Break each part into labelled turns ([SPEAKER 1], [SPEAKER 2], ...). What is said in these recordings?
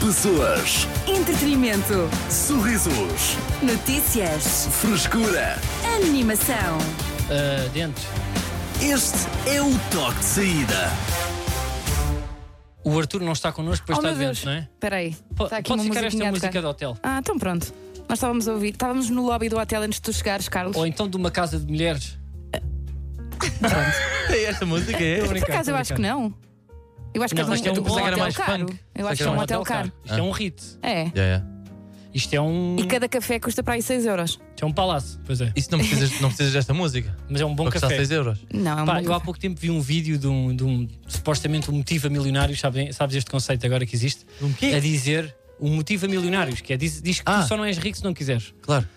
[SPEAKER 1] Pessoas,
[SPEAKER 2] Entretenimento.
[SPEAKER 1] sorrisos,
[SPEAKER 2] Notícias.
[SPEAKER 1] frescura.
[SPEAKER 2] Animação.
[SPEAKER 3] Ah, dentro.
[SPEAKER 1] Este é o toque de saída.
[SPEAKER 3] O Arthur não está connosco, depois
[SPEAKER 4] Oh,
[SPEAKER 3] está
[SPEAKER 4] meu Deus.
[SPEAKER 3] dentro, não é?
[SPEAKER 4] Espera aí.
[SPEAKER 3] Po-
[SPEAKER 4] Está tá aqui
[SPEAKER 3] pode
[SPEAKER 4] uma
[SPEAKER 3] ficar esta
[SPEAKER 4] musiquinha a
[SPEAKER 3] música
[SPEAKER 4] tocar.
[SPEAKER 3] de hotel.
[SPEAKER 4] Ah, então pronto. Nós estávamos a ouvir. Estávamos no lobby do hotel antes de tu chegares, Carlos.
[SPEAKER 3] Ou então de uma casa de mulheres.
[SPEAKER 5] É esta música, é?
[SPEAKER 3] Estou a
[SPEAKER 4] Por
[SPEAKER 3] brincar,
[SPEAKER 4] acaso
[SPEAKER 3] estou
[SPEAKER 4] eu
[SPEAKER 3] a
[SPEAKER 4] acho que
[SPEAKER 3] brincar.
[SPEAKER 4] não. Eu acho que
[SPEAKER 3] Não,
[SPEAKER 4] eles
[SPEAKER 3] acho que é
[SPEAKER 4] não-
[SPEAKER 3] um- pensei que era
[SPEAKER 4] hotel
[SPEAKER 5] mais
[SPEAKER 4] caro.
[SPEAKER 5] funk.
[SPEAKER 4] Eu
[SPEAKER 5] Pensei
[SPEAKER 4] acho
[SPEAKER 5] que
[SPEAKER 4] que é
[SPEAKER 5] era
[SPEAKER 4] um
[SPEAKER 5] um
[SPEAKER 4] hotel caro.
[SPEAKER 3] Isto é um hit.
[SPEAKER 4] É.
[SPEAKER 5] Já, já.
[SPEAKER 3] Isto é um.
[SPEAKER 4] E cada café custa para aí 6 euros.
[SPEAKER 3] Isto é um palácio. Pois é.
[SPEAKER 5] Isso não precisas, não precisas desta música.
[SPEAKER 3] Mas é um bom
[SPEAKER 5] Para custar
[SPEAKER 3] café.
[SPEAKER 5] 6 euros.
[SPEAKER 4] Não, é um
[SPEAKER 3] Pá,
[SPEAKER 4] bom
[SPEAKER 3] eu há
[SPEAKER 4] café.
[SPEAKER 3] pouco tempo vi um vídeo de um, de um- supostamente um motivo a milionários, sabem- sabes este conceito agora que existe?
[SPEAKER 5] Um quê?
[SPEAKER 3] A dizer um motivo a milionários, que é diz, diz que
[SPEAKER 5] Ah.
[SPEAKER 3] tu só não és rico se não quiseres.
[SPEAKER 5] É Claro.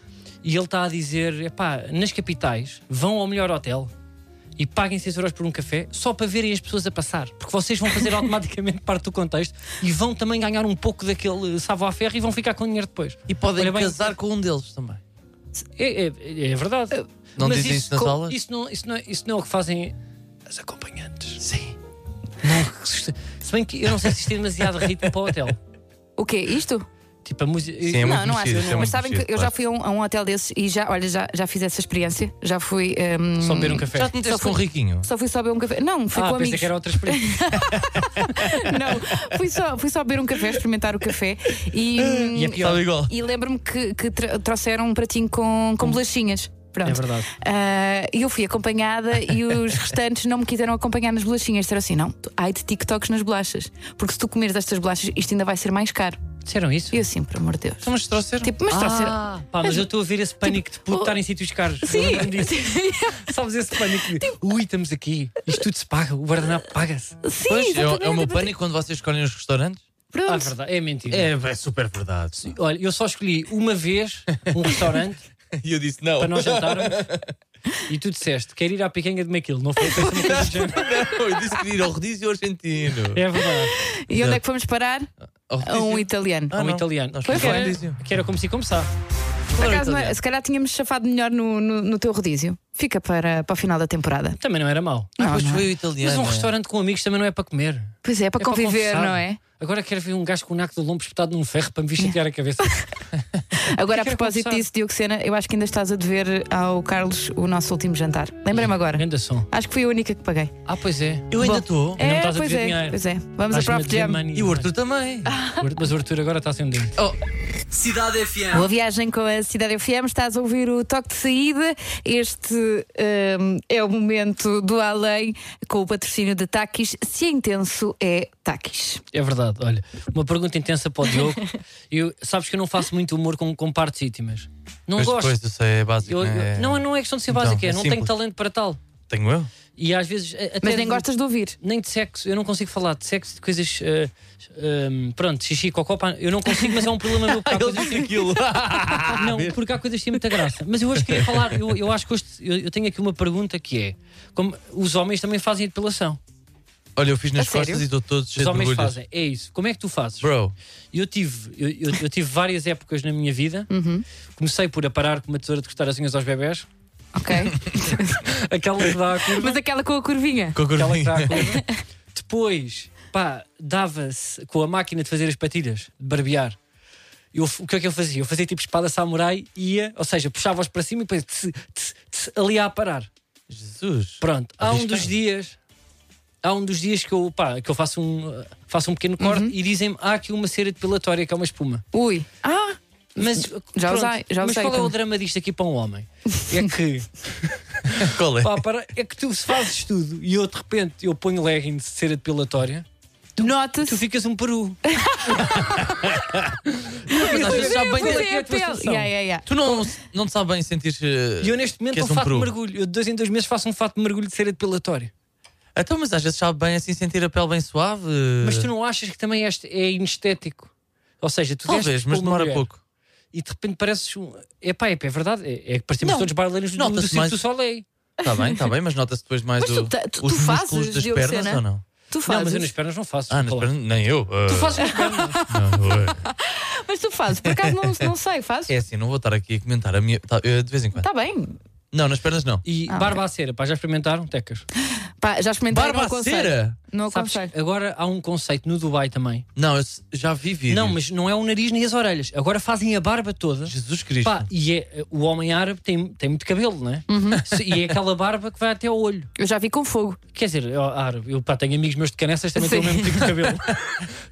[SPEAKER 3] E ele está a dizer: epá, nas capitais vão ao melhor hotel e paguem 6 euros por um café só para verem as pessoas a passar, porque vocês vão fazer automaticamente parte do contexto e vão também ganhar um pouco daquele savo à ferro e vão ficar com dinheiro depois.
[SPEAKER 5] E podem
[SPEAKER 3] Olha bem-
[SPEAKER 5] casar com um deles também.
[SPEAKER 3] É, é- é verdade.
[SPEAKER 5] Não
[SPEAKER 3] Mas
[SPEAKER 5] dizem isso nas
[SPEAKER 3] co-
[SPEAKER 5] aulas?
[SPEAKER 3] Isso não, isso, não é, isso não é o que fazem as acompanhantes.
[SPEAKER 5] Sim.
[SPEAKER 3] Não, é se se bem que eu não sei se isto é demasiado ritmo para o hotel.
[SPEAKER 4] O quê? Isto?
[SPEAKER 3] Tipo, a música.
[SPEAKER 5] Sim, é muito
[SPEAKER 4] não, não acho.
[SPEAKER 5] mexido, isso é
[SPEAKER 4] Mas
[SPEAKER 5] muito
[SPEAKER 4] sabem que
[SPEAKER 5] mexido,
[SPEAKER 4] eu já
[SPEAKER 5] claro.
[SPEAKER 4] fui a um, a um hotel desses e já, olha, já, já fiz essa experiência. Já fui. hum,
[SPEAKER 3] Só beber um café.
[SPEAKER 5] Já te meteste
[SPEAKER 4] Só
[SPEAKER 5] com um
[SPEAKER 4] fui-
[SPEAKER 5] riquinho?
[SPEAKER 4] Só fui só beber um café. Não, fui
[SPEAKER 3] ah,
[SPEAKER 4] com
[SPEAKER 3] pensei
[SPEAKER 4] amigos.
[SPEAKER 3] que era outra experiência.
[SPEAKER 4] Não, fui só, fui só beber um café, experimentar o café e. hum,
[SPEAKER 3] E é pior.
[SPEAKER 5] Sabe igual.
[SPEAKER 4] E lembro-me que, que tra- trouxeram um pratinho com, com bolachinhas. Pronto.
[SPEAKER 3] É verdade.
[SPEAKER 4] Ah, E eu fui acompanhada e os restantes não me quiseram acompanhar nas bolachinhas. Disseram assim: não, tu- ai de TikToks nas bolachas. Porque se tu comeres estas bolachas, isto ainda vai ser mais caro.
[SPEAKER 3] Disseram isso?
[SPEAKER 4] E eu assim, pelo amor de Deus.
[SPEAKER 5] Estamos trouxeram.
[SPEAKER 4] Tipo, mas trouxeram.
[SPEAKER 3] Ah, pá, mas eu estou a ver esse pânico de puto estar em sítios caros. Eu
[SPEAKER 4] Tipo, Sim. Tipo-
[SPEAKER 3] lembro-me disso. Sabes esse pânico de ui, estamos aqui, isto tudo se paga, o guardanapo paga-se.
[SPEAKER 4] Sim,
[SPEAKER 5] Pois, é, é o meu
[SPEAKER 4] exatamente.
[SPEAKER 5] pânico quando vocês escolhem os restaurantes.
[SPEAKER 3] Ah, é
[SPEAKER 4] Pronto.
[SPEAKER 3] verdade, é mentira.
[SPEAKER 5] super verdade.
[SPEAKER 3] Olha, eu só escolhi uma vez um restaurante
[SPEAKER 5] E eu disse não.
[SPEAKER 3] para nós jantarmos e tu disseste, quero ir à picanha de Maquilo, não foi? Foi uma coisa do género.
[SPEAKER 5] Não, eu disse que ir ao rodízio argentino.
[SPEAKER 3] É verdade.
[SPEAKER 4] E onde é que fomos parar?
[SPEAKER 5] Ao
[SPEAKER 4] A
[SPEAKER 5] rodízio-
[SPEAKER 4] um italiano.
[SPEAKER 5] Ah,
[SPEAKER 3] um
[SPEAKER 5] não.
[SPEAKER 3] italiano.
[SPEAKER 5] Nós
[SPEAKER 3] que,
[SPEAKER 5] fomos ao
[SPEAKER 3] era,
[SPEAKER 5] rodízio.
[SPEAKER 4] é.
[SPEAKER 3] que era como se começar.
[SPEAKER 4] Por
[SPEAKER 5] Claro,
[SPEAKER 4] acaso, não é?
[SPEAKER 5] um italiano.
[SPEAKER 4] se calhar tínhamos chafado melhor no, no, no teu rodízio. Fica para, para o final da temporada.
[SPEAKER 3] Também não era mau.
[SPEAKER 5] Ah,
[SPEAKER 4] Não,
[SPEAKER 5] pois
[SPEAKER 4] não é?
[SPEAKER 5] foi o
[SPEAKER 3] Mas
[SPEAKER 5] italiano.
[SPEAKER 3] um
[SPEAKER 5] é.
[SPEAKER 3] restaurante com amigos também não é para comer.
[SPEAKER 4] Pois é, para
[SPEAKER 3] É para
[SPEAKER 4] conviver,
[SPEAKER 3] conversar.
[SPEAKER 4] não é?
[SPEAKER 3] Agora quero ver um gajo com o naco do lombo espetado num ferro para me vistear a cabeça.
[SPEAKER 4] Agora, a
[SPEAKER 3] que era
[SPEAKER 4] propósito
[SPEAKER 3] conversar?
[SPEAKER 4] disso, Diogo Sena, eu acho que ainda estás a dever ao Carlos o nosso último jantar. Lembra-me agora.
[SPEAKER 3] Grande som.
[SPEAKER 4] Acho que fui a única que paguei.
[SPEAKER 3] Ah, pois é.
[SPEAKER 5] Eu ainda
[SPEAKER 4] Bom,
[SPEAKER 5] estou.
[SPEAKER 3] não
[SPEAKER 4] é,
[SPEAKER 3] estás a
[SPEAKER 4] pois
[SPEAKER 3] dever
[SPEAKER 4] é,
[SPEAKER 3] dinheiro.
[SPEAKER 4] pois é. Vamos
[SPEAKER 3] Estás-me
[SPEAKER 4] a
[SPEAKER 3] a
[SPEAKER 4] Prof
[SPEAKER 3] dizer
[SPEAKER 4] Jam.
[SPEAKER 3] money.
[SPEAKER 5] E o Arthur
[SPEAKER 3] é?
[SPEAKER 5] também.
[SPEAKER 3] Mas o Arthur agora está sem dedo.
[SPEAKER 4] Oh.
[SPEAKER 1] Cidade FM.
[SPEAKER 4] Boa viagem com a Cidade FM. Estás a ouvir o toque de saída. Este hum, é o momento do além com o patrocínio de Takis. Se é intenso, é Takis.
[SPEAKER 3] É verdade, olha. Uma pergunta intensa para o Diogo. Eu, sabes que eu não faço muito humor com, com partes íntimas. Não
[SPEAKER 5] Mas
[SPEAKER 3] gosto.
[SPEAKER 5] depois tu sei, é básico.
[SPEAKER 3] Eu- eu-
[SPEAKER 5] né?
[SPEAKER 3] não, não é questão de ser
[SPEAKER 5] Então,
[SPEAKER 3] básica, é,
[SPEAKER 5] é
[SPEAKER 3] não tenho
[SPEAKER 5] simples.
[SPEAKER 3] talento para tal.
[SPEAKER 5] Tenho eu?
[SPEAKER 3] E às vezes. a- até
[SPEAKER 4] Mas nem
[SPEAKER 3] de-
[SPEAKER 4] gostas de ouvir.
[SPEAKER 3] Nem de sexo, eu não consigo falar de sexo, de coisas. eh, ehm, pronto, xixi, cocó, pá, eu não consigo, mas é um problema meu. porque há coisas que-
[SPEAKER 5] aquilo.
[SPEAKER 3] Não, porque há coisas que têm muita graça. Mas eu hoje queria falar, eu, eu acho que hoje eu, eu tenho aqui uma pergunta que é: como os homens também fazem depilação?
[SPEAKER 5] Olha, eu fiz nas
[SPEAKER 4] A sério?
[SPEAKER 5] costas e estou todo
[SPEAKER 3] Os
[SPEAKER 5] cheio de
[SPEAKER 3] homens
[SPEAKER 5] orgulho.
[SPEAKER 3] fazem, é isso. Como é que tu fazes?
[SPEAKER 5] Bro,
[SPEAKER 3] Eu tive, eu, eu- eu tive várias épocas na minha vida. Comecei por aparar com uma tesoura de cortar as unhas aos bebés,
[SPEAKER 4] Ok.
[SPEAKER 3] aquela que dá a curva.
[SPEAKER 4] Mas aquela com a curvinha.
[SPEAKER 5] com a
[SPEAKER 3] Aquela
[SPEAKER 5] gordinha.
[SPEAKER 3] que dá a curva. Depois, pá, dava-se com a máquina de fazer as patilhas, de barbear. Eu, o que é que eu fazia? Eu fazia tipo espada samurai, ia, ou seja, puxava-os para cima e depois tss, tss, tss, ali a parar.
[SPEAKER 5] Jesus.
[SPEAKER 3] Pronto, há um
[SPEAKER 5] Arriscado.
[SPEAKER 3] dos dias. Há um dos dias que eu, pá, que eu faço, um, faço um pequeno corte e dizem-me há aqui uma cera depilatória que é uma espuma.
[SPEAKER 4] Ui. Ah,
[SPEAKER 3] Mas,
[SPEAKER 4] Já
[SPEAKER 3] pronto,
[SPEAKER 4] usei, já
[SPEAKER 3] mas
[SPEAKER 4] usei
[SPEAKER 3] qual é o
[SPEAKER 4] também.
[SPEAKER 3] drama disto aqui para um homem? É que,
[SPEAKER 5] Qual é?
[SPEAKER 3] pá, para- é que tu se fazes tudo e eu de repente eu ponho leggings de cera depilatória, tu
[SPEAKER 4] nota-se.
[SPEAKER 3] ficas um peru.
[SPEAKER 5] Mas às vezes sabe bem-
[SPEAKER 3] Qual é
[SPEAKER 4] Pois
[SPEAKER 3] que é a tua
[SPEAKER 4] pele.
[SPEAKER 3] sensação?
[SPEAKER 4] Yeah, yeah, yeah.
[SPEAKER 5] Tu não, não te sabes bem sentir.
[SPEAKER 3] E eu neste momento
[SPEAKER 5] que
[SPEAKER 3] eu
[SPEAKER 5] és um
[SPEAKER 3] faço
[SPEAKER 5] peru.
[SPEAKER 3] mergulho. Eu de dois em dois meses faço um fato de mergulho de cera depilatória.
[SPEAKER 5] Então, mas às vezes sabe bem assim sentir a pele bem suave.
[SPEAKER 3] Mas
[SPEAKER 5] Eh.
[SPEAKER 3] tu não achas que também és- é inestético? Ou seja, tu
[SPEAKER 5] Talvez,
[SPEAKER 3] destes
[SPEAKER 5] mas
[SPEAKER 3] para uma
[SPEAKER 5] demora
[SPEAKER 3] mulher
[SPEAKER 5] pouco.
[SPEAKER 3] E de repente pareces um. Epá, é, pá, é verdade. É, é que parecemos
[SPEAKER 5] Não.
[SPEAKER 3] todos bailarinos do, assim, do
[SPEAKER 5] Nota-se
[SPEAKER 3] Cirque
[SPEAKER 5] mais-
[SPEAKER 3] do Soleil.
[SPEAKER 5] Está Tá bem, está bem, mas nota-se depois mais
[SPEAKER 4] Mas tu
[SPEAKER 5] o,
[SPEAKER 4] ta- tu-
[SPEAKER 5] os
[SPEAKER 4] tu
[SPEAKER 5] músculos
[SPEAKER 4] fazes,
[SPEAKER 5] das
[SPEAKER 4] Diogo
[SPEAKER 5] pernas
[SPEAKER 4] Sena?
[SPEAKER 5] ou não?
[SPEAKER 4] Tu
[SPEAKER 3] Não, mas eu
[SPEAKER 4] fazes.
[SPEAKER 3] nas pernas não faço. é?
[SPEAKER 5] Ah, nas
[SPEAKER 3] desculpa lá.
[SPEAKER 5] pernas, nem eu.
[SPEAKER 3] Tu fazes nas pernas.
[SPEAKER 4] Mas tu fazes, por acaso não, não sei, fazes?
[SPEAKER 5] É assim, não vou estar aqui a comentar a minha. tá, eu, de vez em quando.
[SPEAKER 4] Está bem.
[SPEAKER 5] Não, nas pernas não.
[SPEAKER 3] E
[SPEAKER 4] Ah,
[SPEAKER 3] barba à cera, pá, já experimentaram? Tecas.
[SPEAKER 4] Pá,
[SPEAKER 3] Então
[SPEAKER 4] já experimentei, não aconselho.
[SPEAKER 5] Barbaceira?
[SPEAKER 4] Não
[SPEAKER 3] Sabes,
[SPEAKER 4] aconselho.
[SPEAKER 3] agora há um conceito no Dubai também.
[SPEAKER 5] Não, eu s- já vi vídeos.
[SPEAKER 3] Não, mas não é o nariz nem as orelhas. Agora fazem a barba toda.
[SPEAKER 5] Jesus Cristo.
[SPEAKER 3] Pá, e é, o homem árabe tem, tem muito cabelo, não é?
[SPEAKER 4] Uhum.
[SPEAKER 3] Se- E é aquela barba que vai até ao olho.
[SPEAKER 4] Eu já vi com fogo.
[SPEAKER 3] Quer dizer, ó, árabe, eu pá, tenho amigos meus de canessas também têm o
[SPEAKER 4] Sim.
[SPEAKER 3] mesmo tipo de cabelo.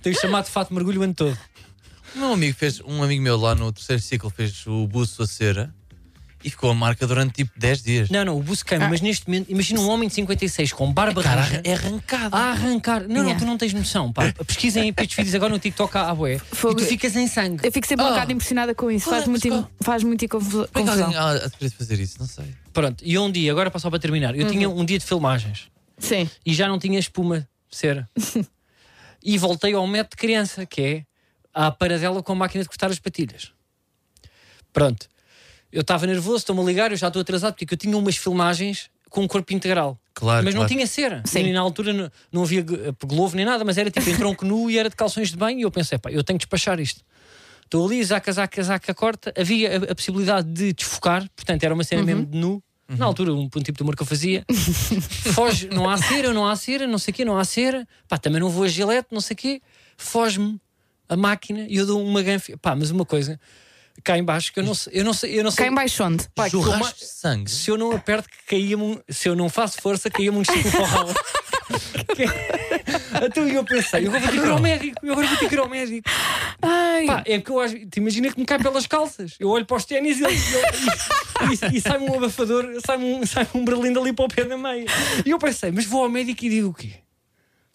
[SPEAKER 3] tenho chamado de fato mergulho o ano todo.
[SPEAKER 5] O meu amigo fez, um amigo meu lá no terceiro ciclo fez o buço a cera e ficou a marca durante tipo 10 dias.
[SPEAKER 3] Não, não, o buço
[SPEAKER 4] Ah.
[SPEAKER 3] queima, mas neste momento, imagina um homem de 56 com barba
[SPEAKER 5] Cara,
[SPEAKER 3] ranja
[SPEAKER 5] é arrancado.
[SPEAKER 3] a arrancar. Não, não,
[SPEAKER 4] Yeah.
[SPEAKER 3] tu não tens noção, pá. Pesquisem aí estes vídeos agora no TikTok à à bué.
[SPEAKER 4] Fogo.
[SPEAKER 3] E tu ficas em sangue.
[SPEAKER 4] Eu fico sempre um
[SPEAKER 5] Ah.
[SPEAKER 4] bocado impressionada com isso.
[SPEAKER 5] Qual é
[SPEAKER 4] Faz
[SPEAKER 5] a
[SPEAKER 4] muito,
[SPEAKER 5] pessoa?
[SPEAKER 4] faz muito confu-
[SPEAKER 5] Como é que
[SPEAKER 4] confusão.
[SPEAKER 5] alguém há de querer fazer isso? Não sei.
[SPEAKER 3] Pronto, e um dia, agora para só para terminar, eu tinha um dia de filmagens
[SPEAKER 4] Sim.
[SPEAKER 3] e já não tinha espuma de cera. e voltei ao método de criança, que é à paradela com a máquina de cortar as patilhas. Pronto. Eu estava nervoso, estou-me a ligar, eu já estou atrasado, porque é que eu tinha umas filmagens com o corpo integral.
[SPEAKER 5] Claro,
[SPEAKER 3] mas não
[SPEAKER 5] claro.
[SPEAKER 3] tinha cera.
[SPEAKER 4] Sim.
[SPEAKER 3] E na altura não, não havia eh, globo nem nada, mas era tipo em tronco nu e era de calções de banho. E eu pensei, pá, eu tenho que despachar isto. Estou ali, zaca, zaca, zaca, corta. Havia a, a possibilidade de desfocar, portanto era uma
[SPEAKER 5] Uhum.
[SPEAKER 3] cena mesmo de nu. Na altura, um, um tipo de humor que eu fazia. Foge, não há cera, não há cera, não sei o quê, não há cera. Pá, também não vou a gilete, não sei o quê. Foge-me a máquina e eu dou uma ganfia. Pá, mas uma coisa, cá em baixo, que eu não sei... Eu não sei, eu não sei
[SPEAKER 4] Cá em baixo onde?
[SPEAKER 3] Pá, que eu
[SPEAKER 5] Churrasco
[SPEAKER 3] ma-
[SPEAKER 5] de sangue.
[SPEAKER 3] se eu não aperto, que caía-me um- Se eu não faço força, caía-me um destino para o ralo. Que- Então eu pensei, eu agora vou ter que ir ao médico, eu agora vou ter que ir ao médico.
[SPEAKER 4] Ai.
[SPEAKER 3] Pá, é que eu acho. te Imagina que me cai pelas calças. Eu olho para os ténis e, ele- e, e- e sai-me um abafador, sai-me um, sai um berlindo ali para o pé da meia. E eu pensei, mas vou ao médico e digo o quê?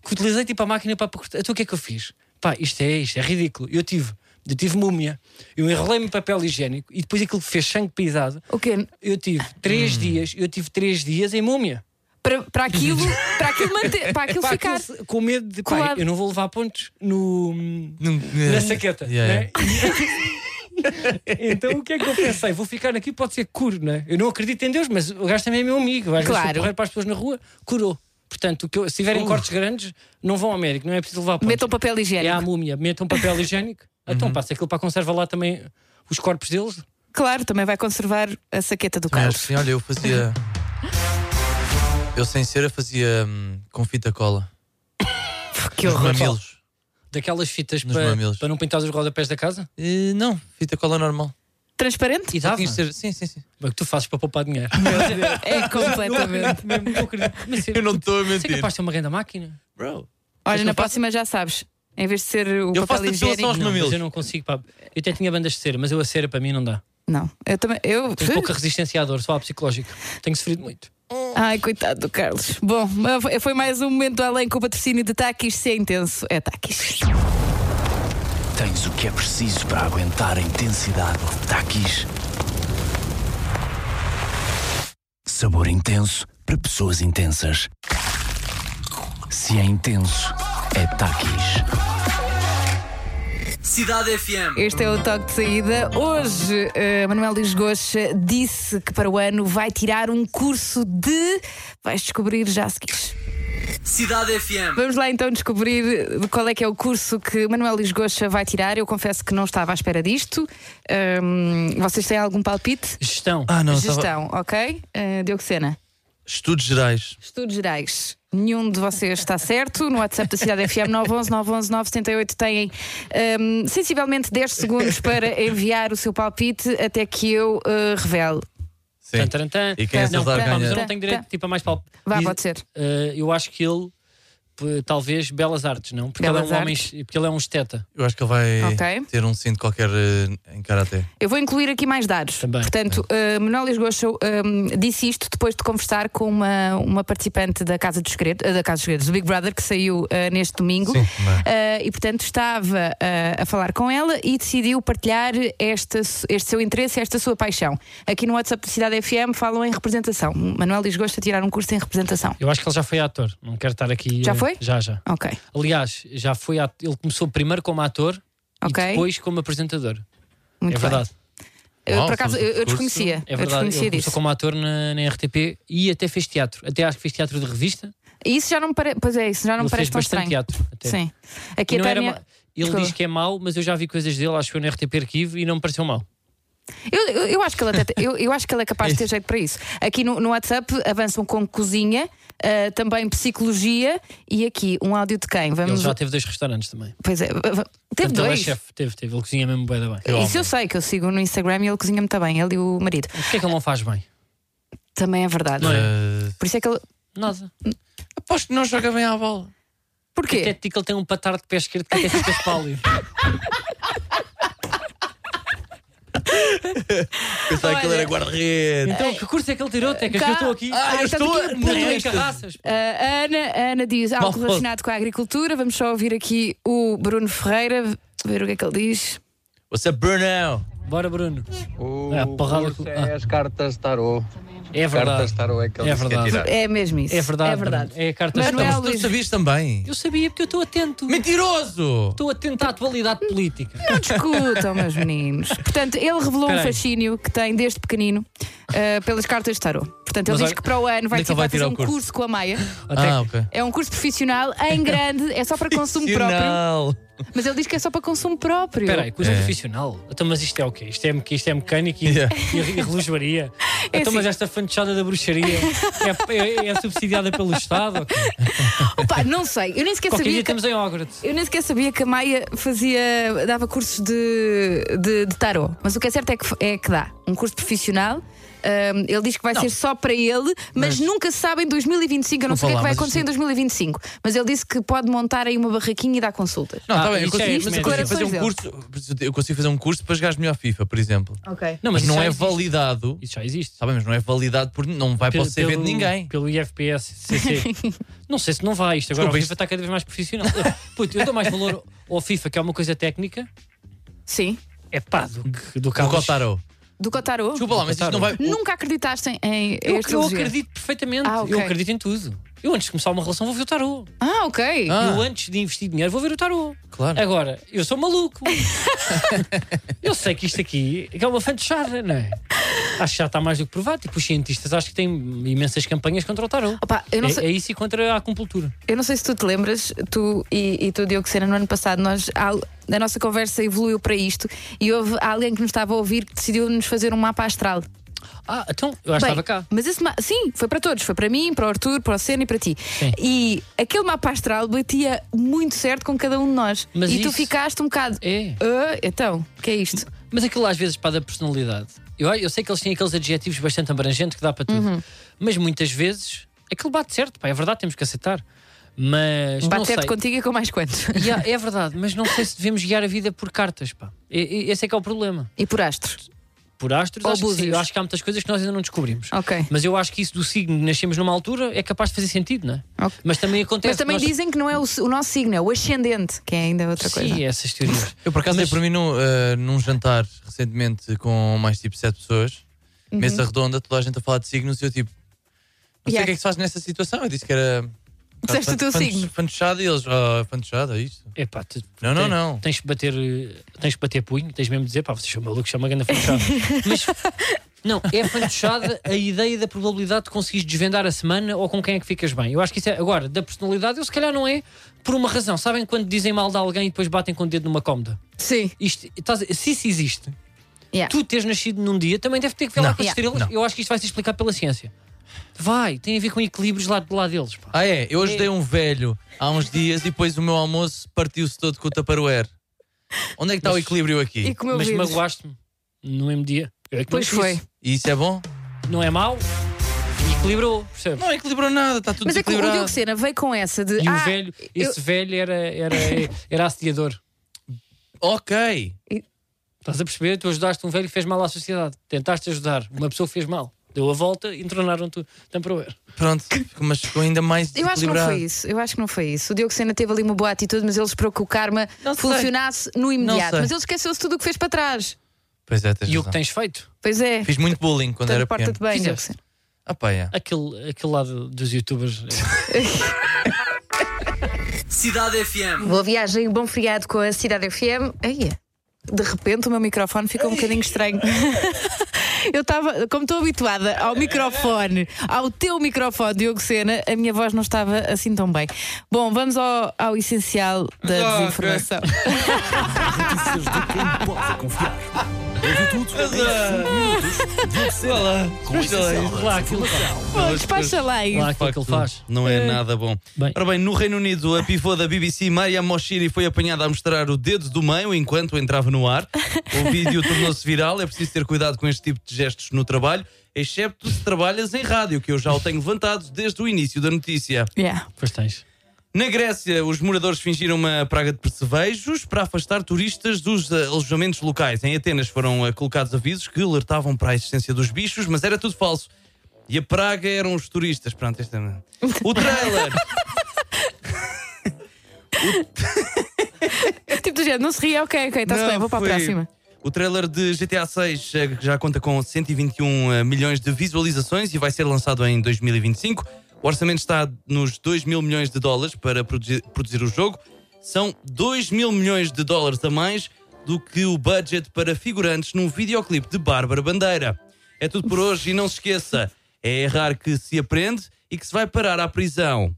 [SPEAKER 3] Que utilizei tipo a máquina para para cortar. Então o que é que eu fiz? Pá, isto é, isto é ridículo. Eu tive, eu tive múmia, eu enrolei-me em papel higiênico e depois aquilo que fez sangue pisado.
[SPEAKER 4] O quê?
[SPEAKER 3] Eu tive
[SPEAKER 4] Hum.
[SPEAKER 3] três dias, eu tive três dias em múmia.
[SPEAKER 4] Para, para aquilo, para aquilo, manter, para aquilo
[SPEAKER 3] Pá,
[SPEAKER 4] ficar.
[SPEAKER 3] aquilo se- com medo de. Pá,
[SPEAKER 4] Colado.
[SPEAKER 3] eu não vou levar pontos no,
[SPEAKER 5] Num-
[SPEAKER 3] na saqueta.
[SPEAKER 5] É. Yeah,
[SPEAKER 3] né? então o que é que eu pensei? Vou ficar aqui, pode ser curo, né? Eu não acredito em Deus, mas o gajo também é meu amigo. Às vezes
[SPEAKER 4] Claro.
[SPEAKER 3] se eu correr para as pessoas na rua, curou. Portanto, o que eu- se tiverem
[SPEAKER 5] Uh.
[SPEAKER 3] cortes grandes, não vão ao médico, não é preciso levar pontos.
[SPEAKER 4] Metam papel
[SPEAKER 3] é
[SPEAKER 4] higiênico.
[SPEAKER 3] a múmia, metam papel higiênico.
[SPEAKER 5] Uhum.
[SPEAKER 3] Então passa aquilo para a conserva lá também os corpos deles.
[SPEAKER 4] Claro, também vai conservar a saqueta do
[SPEAKER 5] Também
[SPEAKER 4] Carlos.
[SPEAKER 5] acho que sim. olha, eu fazia. Eu sem cera fazia hum, com fita cola.
[SPEAKER 4] Que
[SPEAKER 5] Nos
[SPEAKER 4] horror.
[SPEAKER 5] mamilos.
[SPEAKER 3] Daquelas fitas
[SPEAKER 5] Nos
[SPEAKER 3] para,
[SPEAKER 5] mamilos.
[SPEAKER 3] para não pintar os rodapés da casa?
[SPEAKER 5] Eh, não, fita cola normal.
[SPEAKER 4] Transparente?
[SPEAKER 3] E
[SPEAKER 5] Só
[SPEAKER 3] dava?
[SPEAKER 5] tinha de ser- Sim, sim, sim.
[SPEAKER 3] Bem, é o que tu fazes para poupar dinheiro?
[SPEAKER 4] É completamente.
[SPEAKER 3] Mesmo, não acredito. Mas
[SPEAKER 5] Eu não estou a
[SPEAKER 3] Você
[SPEAKER 5] mentir.
[SPEAKER 3] é capaz de ter uma grande máquina?
[SPEAKER 5] Bro.
[SPEAKER 4] Olha, na
[SPEAKER 5] não faço-
[SPEAKER 4] próxima já sabes. Em vez de ser o
[SPEAKER 5] Eu faço
[SPEAKER 4] papel
[SPEAKER 5] de pessoa
[SPEAKER 4] higiênico.
[SPEAKER 5] só aos
[SPEAKER 3] não, mas
[SPEAKER 5] mamilos.
[SPEAKER 3] eu não consigo. Pá. Eu até tinha bandas de cera, mas eu a cera para mim não dá.
[SPEAKER 4] Não, eu também. Eu.
[SPEAKER 3] Tenho pouca resistência à dor, só à psicológica. Tenho sofrido muito.
[SPEAKER 4] Ai, coitado do Carlos. Bom, foi mais um momento além com o patrocínio de Takis. Se é intenso, é Takis.
[SPEAKER 1] Tens o que é preciso para aguentar a intensidade de Takis. Sabor intenso para pessoas intensas. Se é intenso, é Takis. Cidade FM.
[SPEAKER 4] Este é o toque de saída. Hoje, eh, Manuel Lisgocha disse que para o ano vai tirar um curso de. Vais descobrir já se quis.
[SPEAKER 1] Cidade FM.
[SPEAKER 4] Vamos lá então descobrir de qual é que é o curso que Manuel Lisgocha vai tirar. Eu confesso que não estava à espera disto. Ahm, vocês têm algum palpite?
[SPEAKER 3] Gestão.
[SPEAKER 5] Ah, não, estava-
[SPEAKER 4] Gestão, ok? Eh, Diogo Sena.
[SPEAKER 5] Estudos gerais.
[SPEAKER 4] Estudos gerais. Nenhum de vocês está certo. No WhatsApp da Cidade FM 911 911 978 têm hum, sensivelmente 10 segundos para enviar o seu palpite até que eu eh, revele.
[SPEAKER 5] Sim.
[SPEAKER 3] Tan, taran, tan.
[SPEAKER 5] E quem
[SPEAKER 3] não,
[SPEAKER 5] acertar
[SPEAKER 3] pá, mas eu
[SPEAKER 5] ganha.
[SPEAKER 3] não tenho direito tipo, a mais palco.
[SPEAKER 4] Tá. Vá, pode ser.
[SPEAKER 3] eu acho que ele, p- talvez, belas artes, não? Porque,
[SPEAKER 4] Belas
[SPEAKER 3] ele é um homem, porque ele é um esteta.
[SPEAKER 5] Eu acho que ele vai
[SPEAKER 4] Ok.
[SPEAKER 5] ter um cinto qualquer eh, em karatê.
[SPEAKER 4] Eu vou incluir aqui mais dados.
[SPEAKER 3] Também.
[SPEAKER 4] Portanto, eh, Manuel Lisgocha hum, disse isto depois de conversar com uma, uma participante da Casa dos Segredos, eh, da Casa dos Segredos, do Big Brother, que saiu eh, neste domingo.
[SPEAKER 5] Sim, mas-
[SPEAKER 4] Eh, e, portanto, estava eh, a falar com ela e decidiu partilhar esta, su- este seu interesse, esta sua paixão. Aqui no WhatsApp da Cidade FM falam em representação. Manuel Lisgosta tirar um curso em representação.
[SPEAKER 3] Eu acho que ele já foi ator. Não quero estar aqui.
[SPEAKER 4] Já
[SPEAKER 3] eh,
[SPEAKER 4] foi?
[SPEAKER 3] Já, já.
[SPEAKER 4] Ok.
[SPEAKER 3] Aliás, já foi ato- ele começou primeiro como ator
[SPEAKER 4] Ok.
[SPEAKER 3] e depois como apresentador.
[SPEAKER 4] Muito
[SPEAKER 3] é verdade.
[SPEAKER 4] bem. Eu,
[SPEAKER 5] Uau,
[SPEAKER 4] por acaso, eu,
[SPEAKER 5] sobre
[SPEAKER 4] eu
[SPEAKER 5] esse curso,
[SPEAKER 4] desconhecia.
[SPEAKER 3] É
[SPEAKER 4] eu
[SPEAKER 3] verdade.
[SPEAKER 4] desconhecia
[SPEAKER 3] Ele começou
[SPEAKER 4] disso.
[SPEAKER 3] como ator na, na RTP e até fez teatro. Até acho que fez teatro de revista.
[SPEAKER 4] E isso já não me parece. Pois é, isso já não me
[SPEAKER 3] ele fez
[SPEAKER 4] parece tão
[SPEAKER 3] bastante teatro.
[SPEAKER 4] estranho.
[SPEAKER 3] Até.
[SPEAKER 4] Sim.
[SPEAKER 3] E
[SPEAKER 4] Aqui a
[SPEAKER 3] não era
[SPEAKER 4] Tânia.
[SPEAKER 3] ma- Ele
[SPEAKER 4] tá Desculpa.
[SPEAKER 3] diz que é mau, mas eu já vi coisas dele, acho que foi no RTP Arquivo e não me pareceu mau.
[SPEAKER 4] Eu, eu, eu acho que ele até te- eu, eu acho que ele é capaz de ter jeito para isso. Aqui no, no WhatsApp avançam com cozinha, ah, também psicologia e aqui um áudio de quem?
[SPEAKER 3] Ele
[SPEAKER 4] Vamos.
[SPEAKER 3] já teve dois restaurantes também.
[SPEAKER 4] Pois é, v- v- teve
[SPEAKER 3] Portanto, ele é
[SPEAKER 4] dois.
[SPEAKER 3] chefe, teve, teve. Ele cozinha mesmo bem da bem.
[SPEAKER 4] Isso eu sei que eu sigo no Instagram e ele cozinha muito bem, ele e o marido.
[SPEAKER 3] Porquê é que ele não faz bem?
[SPEAKER 4] Também é verdade.
[SPEAKER 3] Não é?
[SPEAKER 5] Eh,
[SPEAKER 4] Por isso é que ele.
[SPEAKER 3] Nada.
[SPEAKER 5] aposto que não joga bem à bola.
[SPEAKER 3] Até
[SPEAKER 4] Porquê?
[SPEAKER 3] te digo que ele tem um patar de pé esquerdo que até fica pálido.
[SPEAKER 5] Pensava que ele era guarda-redes.
[SPEAKER 3] Então, que curso é que ele tirou, Tecas?
[SPEAKER 4] Tá.
[SPEAKER 3] Eu estou aqui.
[SPEAKER 4] Ah,
[SPEAKER 3] eu
[SPEAKER 4] estamos
[SPEAKER 3] estou
[SPEAKER 4] aqui
[SPEAKER 3] puto em
[SPEAKER 5] honestos.
[SPEAKER 3] carraças.
[SPEAKER 4] Ah, a Ana, a Ana diz algo
[SPEAKER 3] Bom,
[SPEAKER 4] relacionado com a agricultura. Vamos só ouvir aqui o Bruno Ferreira, ver o que é que ele diz.
[SPEAKER 5] What's up, Bruno?
[SPEAKER 3] Bora, Bruno.
[SPEAKER 6] O
[SPEAKER 3] É, a porrada
[SPEAKER 6] curso
[SPEAKER 3] que-
[SPEAKER 6] é
[SPEAKER 3] ah.
[SPEAKER 6] as cartas tarô.
[SPEAKER 3] É
[SPEAKER 6] Cartas
[SPEAKER 3] verdade.
[SPEAKER 6] tarô é que ele
[SPEAKER 3] É
[SPEAKER 6] disse que ia
[SPEAKER 3] verdade.
[SPEAKER 6] tirar.
[SPEAKER 4] É mesmo isso.
[SPEAKER 3] É verdade.
[SPEAKER 4] É verdade.
[SPEAKER 3] É a carta
[SPEAKER 4] Manuel
[SPEAKER 3] estamos-
[SPEAKER 5] Tu
[SPEAKER 4] Luís.
[SPEAKER 5] sabias também?
[SPEAKER 3] Eu sabia porque eu estou atento.
[SPEAKER 5] Mentiroso!
[SPEAKER 3] Estou atento à atualidade política.
[SPEAKER 4] Não discutam, meus meninos. Portanto, ele revelou um
[SPEAKER 3] Espera aí.
[SPEAKER 4] fascínio que tem desde pequenino ah, pelas cartas de tarô. Portanto, ele
[SPEAKER 5] Mas
[SPEAKER 4] diz
[SPEAKER 5] olha,
[SPEAKER 4] que para o ano vai,
[SPEAKER 5] onde é que
[SPEAKER 4] vai
[SPEAKER 5] ele vai
[SPEAKER 4] fazer
[SPEAKER 5] tirar o
[SPEAKER 4] um curso?
[SPEAKER 5] curso?
[SPEAKER 4] com a Maia.
[SPEAKER 3] Até
[SPEAKER 5] Ah,
[SPEAKER 3] que-
[SPEAKER 5] ok.
[SPEAKER 4] É um curso profissional em grande, é só para consumo próprio.
[SPEAKER 5] Profissional.
[SPEAKER 4] Mas ele diz que é só para consumo próprio.
[SPEAKER 3] Espera aí, coisa
[SPEAKER 5] É.
[SPEAKER 3] profissional. Então, mas isto é o quê? Isto é, meca- isto é mecânica e,
[SPEAKER 5] Yeah.
[SPEAKER 3] e, e relojaria.
[SPEAKER 4] É
[SPEAKER 3] então, mas
[SPEAKER 4] assim.
[SPEAKER 3] esta fanchada da bruxaria é, é- é subsidiada pelo Estado? ok?
[SPEAKER 4] Opa, não sei. Eu nem sequer
[SPEAKER 3] Qualquer
[SPEAKER 4] sabia
[SPEAKER 3] dia um-
[SPEAKER 4] que.
[SPEAKER 3] estamos em Hogwarts.
[SPEAKER 4] Eu nem sequer sabia que a Maia fazia, dava cursos de, de, de tarô. Mas o que é certo é que, é que dá. Um curso profissional. Ahm, ele diz que vai ser só para ele, mas, nunca se sabe em 2025. Eu não sei o que é
[SPEAKER 5] Desculpa
[SPEAKER 4] que vai
[SPEAKER 5] lá, mas
[SPEAKER 4] acontecer em 2025. Mas ele disse que pode montar aí uma barraquinha e dar consultas.
[SPEAKER 5] Não, está
[SPEAKER 3] Ah,
[SPEAKER 5] tá bem, eu
[SPEAKER 3] isso é
[SPEAKER 5] consigo,
[SPEAKER 3] isso
[SPEAKER 5] mas
[SPEAKER 3] mesmo.
[SPEAKER 5] eu consigo fazer um
[SPEAKER 4] Declarações
[SPEAKER 5] curso. Eu consigo fazer um curso para jogar melhor FIFA, por exemplo.
[SPEAKER 4] Ok.
[SPEAKER 3] Não,
[SPEAKER 5] Mas
[SPEAKER 3] isso
[SPEAKER 5] não
[SPEAKER 3] já
[SPEAKER 5] é
[SPEAKER 3] existe.
[SPEAKER 5] validado.
[SPEAKER 3] Isso já existe.
[SPEAKER 5] Sabemos, não é validado por. Não vai para
[SPEAKER 3] Pelo-
[SPEAKER 5] o CV de
[SPEAKER 3] pelo-
[SPEAKER 5] ninguém.
[SPEAKER 3] Pelo IFPS CC. não sei se não vai isto. Agora
[SPEAKER 5] Desculpa,
[SPEAKER 3] o
[SPEAKER 5] isto-
[SPEAKER 3] FIFA está cada vez mais profissional. Puto, eu dou mais valor ao FIFA, que é uma coisa técnica,
[SPEAKER 4] Sim.
[SPEAKER 3] é pá, do que do que
[SPEAKER 5] O
[SPEAKER 3] aos-
[SPEAKER 5] Cotaro.
[SPEAKER 4] Do Cotarô?
[SPEAKER 5] Desculpa lá, mas isto não vai.
[SPEAKER 4] Nunca acreditaste em, em
[SPEAKER 3] Eu,
[SPEAKER 4] este
[SPEAKER 3] eu
[SPEAKER 4] elogio?
[SPEAKER 3] acredito perfeitamente.
[SPEAKER 4] Ah, ok.
[SPEAKER 3] Eu acredito em tudo. Eu antes de começar uma relação vou ver o tarô.
[SPEAKER 4] Ah, ok.
[SPEAKER 5] Ah.
[SPEAKER 3] Eu antes de investir dinheiro vou ver o tarô.
[SPEAKER 5] Claro.
[SPEAKER 3] Agora, eu sou maluco. eu sei que isto aqui é uma fantochada, não é? Acho que já está mais do que provado. Tipo, os cientistas acho que têm imensas campanhas contra o tarô.
[SPEAKER 4] Opa, eu não
[SPEAKER 3] é,
[SPEAKER 4] sei-
[SPEAKER 3] é isso e contra a acupuntura.
[SPEAKER 4] Eu não sei se tu te lembras, tu e, e tu, Diogo Sena, no ano passado, nós, al- a nossa conversa evoluiu para isto e houve alguém que nos estava a ouvir que decidiu nos fazer um mapa astral.
[SPEAKER 3] Ah, então, eu acho que
[SPEAKER 4] Bem,
[SPEAKER 3] estava cá.
[SPEAKER 4] Mas esse ma- Sim, foi para todos. Foi para mim, para o Arthur, para o Sena e para ti. E aquele mapa astral batia muito certo com cada um de nós.
[SPEAKER 3] Mas
[SPEAKER 4] e tu
[SPEAKER 3] isso-
[SPEAKER 4] ficaste um bocado.
[SPEAKER 3] É.
[SPEAKER 4] "Ah, então, o que é isto?
[SPEAKER 3] Mas aquilo às vezes para da personalidade. Eu, eu sei que eles têm aqueles adjetivos bastante abrangentes que dá para tudo.
[SPEAKER 4] Uhum.
[SPEAKER 3] Mas muitas vezes aquilo bate certo, pá, é verdade, temos que aceitar. Mas não sei.
[SPEAKER 4] Bater-te contigo e com mais quantos?
[SPEAKER 3] Ya, é verdade, mas não sei se devemos guiar a vida por cartas, pá. E- e- Esse é que é o problema.
[SPEAKER 4] E por astro.
[SPEAKER 3] Por astros,
[SPEAKER 4] Ou
[SPEAKER 3] acho que, sim.
[SPEAKER 4] búzios.
[SPEAKER 3] Eu acho que há muitas coisas que nós ainda não descobrimos.
[SPEAKER 4] Ok.
[SPEAKER 3] Mas eu acho que isso do signo, nascemos numa altura, é capaz de fazer sentido, não é?
[SPEAKER 4] Ok.
[SPEAKER 3] Mas também acontece.
[SPEAKER 4] Mas também
[SPEAKER 3] nós-
[SPEAKER 4] dizem que não é o, s- o nosso signo, é o ascendente, que é ainda outra coisa.
[SPEAKER 3] Sim, essas teorias.
[SPEAKER 5] Eu por acaso
[SPEAKER 3] Mas-
[SPEAKER 5] dei para mim num, eh, num jantar recentemente com mais tipo 7 pessoas,
[SPEAKER 4] Uhum.
[SPEAKER 5] mesa redonda, toda a gente a falar de signos e eu tipo. Não sei
[SPEAKER 4] Yeah.
[SPEAKER 5] o que é que se faz nessa situação. Eu disse que era. um
[SPEAKER 4] Disseste o teu
[SPEAKER 5] fan-
[SPEAKER 4] signo.
[SPEAKER 5] Fantochado e eles. Oh, fantochado, é isto.
[SPEAKER 3] Epá, tu-
[SPEAKER 5] Não, não,
[SPEAKER 3] tens-
[SPEAKER 5] não.
[SPEAKER 3] Tens que bater, eh, tens que bater punho, tens mesmo de dizer, pá, vocês são malucos, chama grande fantochada. Mas não, é fantochada a ideia da probabilidade de conseguires desvendar a semana ou com quem é que ficas bem. Eu acho que isso é agora, da personalidade, eu se calhar não é por uma razão. Sabem quando dizem mal de alguém e depois batem com o dedo numa cómoda?
[SPEAKER 4] Sim.
[SPEAKER 3] Isto, estás a- se isso existe,
[SPEAKER 4] Yeah.
[SPEAKER 3] tu teres nascido num dia também deve ter que ver lá
[SPEAKER 5] Não.
[SPEAKER 3] com as
[SPEAKER 4] Yeah.
[SPEAKER 3] estrelas.
[SPEAKER 5] Não.
[SPEAKER 3] Eu acho que isto vai ser explicado pela ciência. Vai, tem a ver com equilíbrios lá, lá deles. Pá.
[SPEAKER 5] Ah, é? Eu ajudei um velho há uns dias e depois o meu almoço partiu-se todo com o Tupperware. Onde é que está o
[SPEAKER 3] Mas-
[SPEAKER 5] equilíbrio
[SPEAKER 4] E
[SPEAKER 5] aqui?
[SPEAKER 4] com o meu
[SPEAKER 3] Mas
[SPEAKER 4] vírus.
[SPEAKER 3] magoaste-me no mesmo dia. Eu é que não
[SPEAKER 4] Pois
[SPEAKER 3] fiz.
[SPEAKER 4] foi.
[SPEAKER 5] E isso é bom?
[SPEAKER 3] não é mau e equilibrou, percebes?
[SPEAKER 5] Não equilibrou nada, está tudo
[SPEAKER 4] Mas é que o
[SPEAKER 5] desequilibrado.
[SPEAKER 4] Diogo Sena veio com essa de.
[SPEAKER 3] E
[SPEAKER 4] ah,
[SPEAKER 3] o velho,
[SPEAKER 4] eu-
[SPEAKER 3] esse velho era, era, era assediador.
[SPEAKER 5] Ok.
[SPEAKER 3] Estás a perceber? Tu ajudaste um velho que fez mal à sociedade. Tentaste ajudar. Uma pessoa que fez mal. Deu a volta e entronaram-te Tupperware.
[SPEAKER 5] Pronto, mas ficou ainda mais
[SPEAKER 4] Eu acho que não
[SPEAKER 5] desequilibrado.
[SPEAKER 4] foi isso. Eu acho que não foi isso. O Diogo Sena teve ali uma boa atitude, mas ele esperou que o karma
[SPEAKER 5] Não sei.
[SPEAKER 4] funcionasse no imediato.
[SPEAKER 5] sei.
[SPEAKER 4] Mas ele esqueceu-se tudo o que fez para trás.
[SPEAKER 5] Pois é, tens
[SPEAKER 3] E o que
[SPEAKER 5] razão.
[SPEAKER 3] tens feito?
[SPEAKER 4] Pois é.
[SPEAKER 5] Fiz muito bullying quando
[SPEAKER 4] Portanto,
[SPEAKER 5] era
[SPEAKER 4] porta-te
[SPEAKER 5] pequeno.
[SPEAKER 4] bem, Diogo
[SPEAKER 3] Fizeste.
[SPEAKER 4] Sena.
[SPEAKER 5] Ah, pá, é.
[SPEAKER 3] Aquele, aquele lado dos youtubers.
[SPEAKER 1] Cidade FM.
[SPEAKER 4] Boa viagem, um bom feriado com a Cidade FM. Aí é. De repente o meu microfone ficou um bocadinho estranho. Eu estava, como estou habituada ao microfone, ao teu microfone, Diogo Sena, a minha voz não estava assim tão bem. Bom, vamos ao, ao
[SPEAKER 5] Ah,
[SPEAKER 4] essencial da desinformação.
[SPEAKER 1] Notícias de quem pode confiar. Ouve tudo em cinco minutos. Diogo Sena, com o essencial da
[SPEAKER 3] Lá aquilo,
[SPEAKER 5] Mas,
[SPEAKER 4] Despacha lá isso.
[SPEAKER 3] lá
[SPEAKER 5] de
[SPEAKER 3] aquilo que ele
[SPEAKER 5] facto,
[SPEAKER 3] faz.
[SPEAKER 5] Não é nada bom.
[SPEAKER 3] Bem.
[SPEAKER 5] Ora bem, no Reino Unido, a pivô da BBC, Maria Moshiri, foi apanhada a mostrar o dedo do meio enquanto entrava no ar. O vídeo tornou-se viral. É preciso ter cuidado com este tipo de gestos no trabalho, excepto se trabalhas em rádio, que eu já o tenho levantado desde o início da notícia.
[SPEAKER 4] Yeah.
[SPEAKER 3] Pois tens.
[SPEAKER 5] Na Grécia, os moradores fingiram uma praga de percevejos para afastar turistas dos eh, alojamentos locais. Em Atenas foram eh, colocados avisos que alertavam para a existência dos bichos, mas era tudo falso. E a praga eram os turistas. Pronto, este é... O trailer!
[SPEAKER 4] Tipo do género, não se ria, ok, ok, está-se
[SPEAKER 5] Não,
[SPEAKER 4] bem, Então, vou para a
[SPEAKER 5] foi-
[SPEAKER 4] próxima.
[SPEAKER 5] O trailer de GTA 6 eh, já conta com 121 eh, milhões de visualizações e vai ser lançado em 2025. O orçamento está nos 2 mil milhões de dólares para produzir, produzir o jogo. São 2 mil milhões de dólares a mais do que o budget para figurantes num videoclipe de Bárbara Bandeira. É tudo por hoje e não se esqueça: é errar que se aprende e que se vai parar à prisão.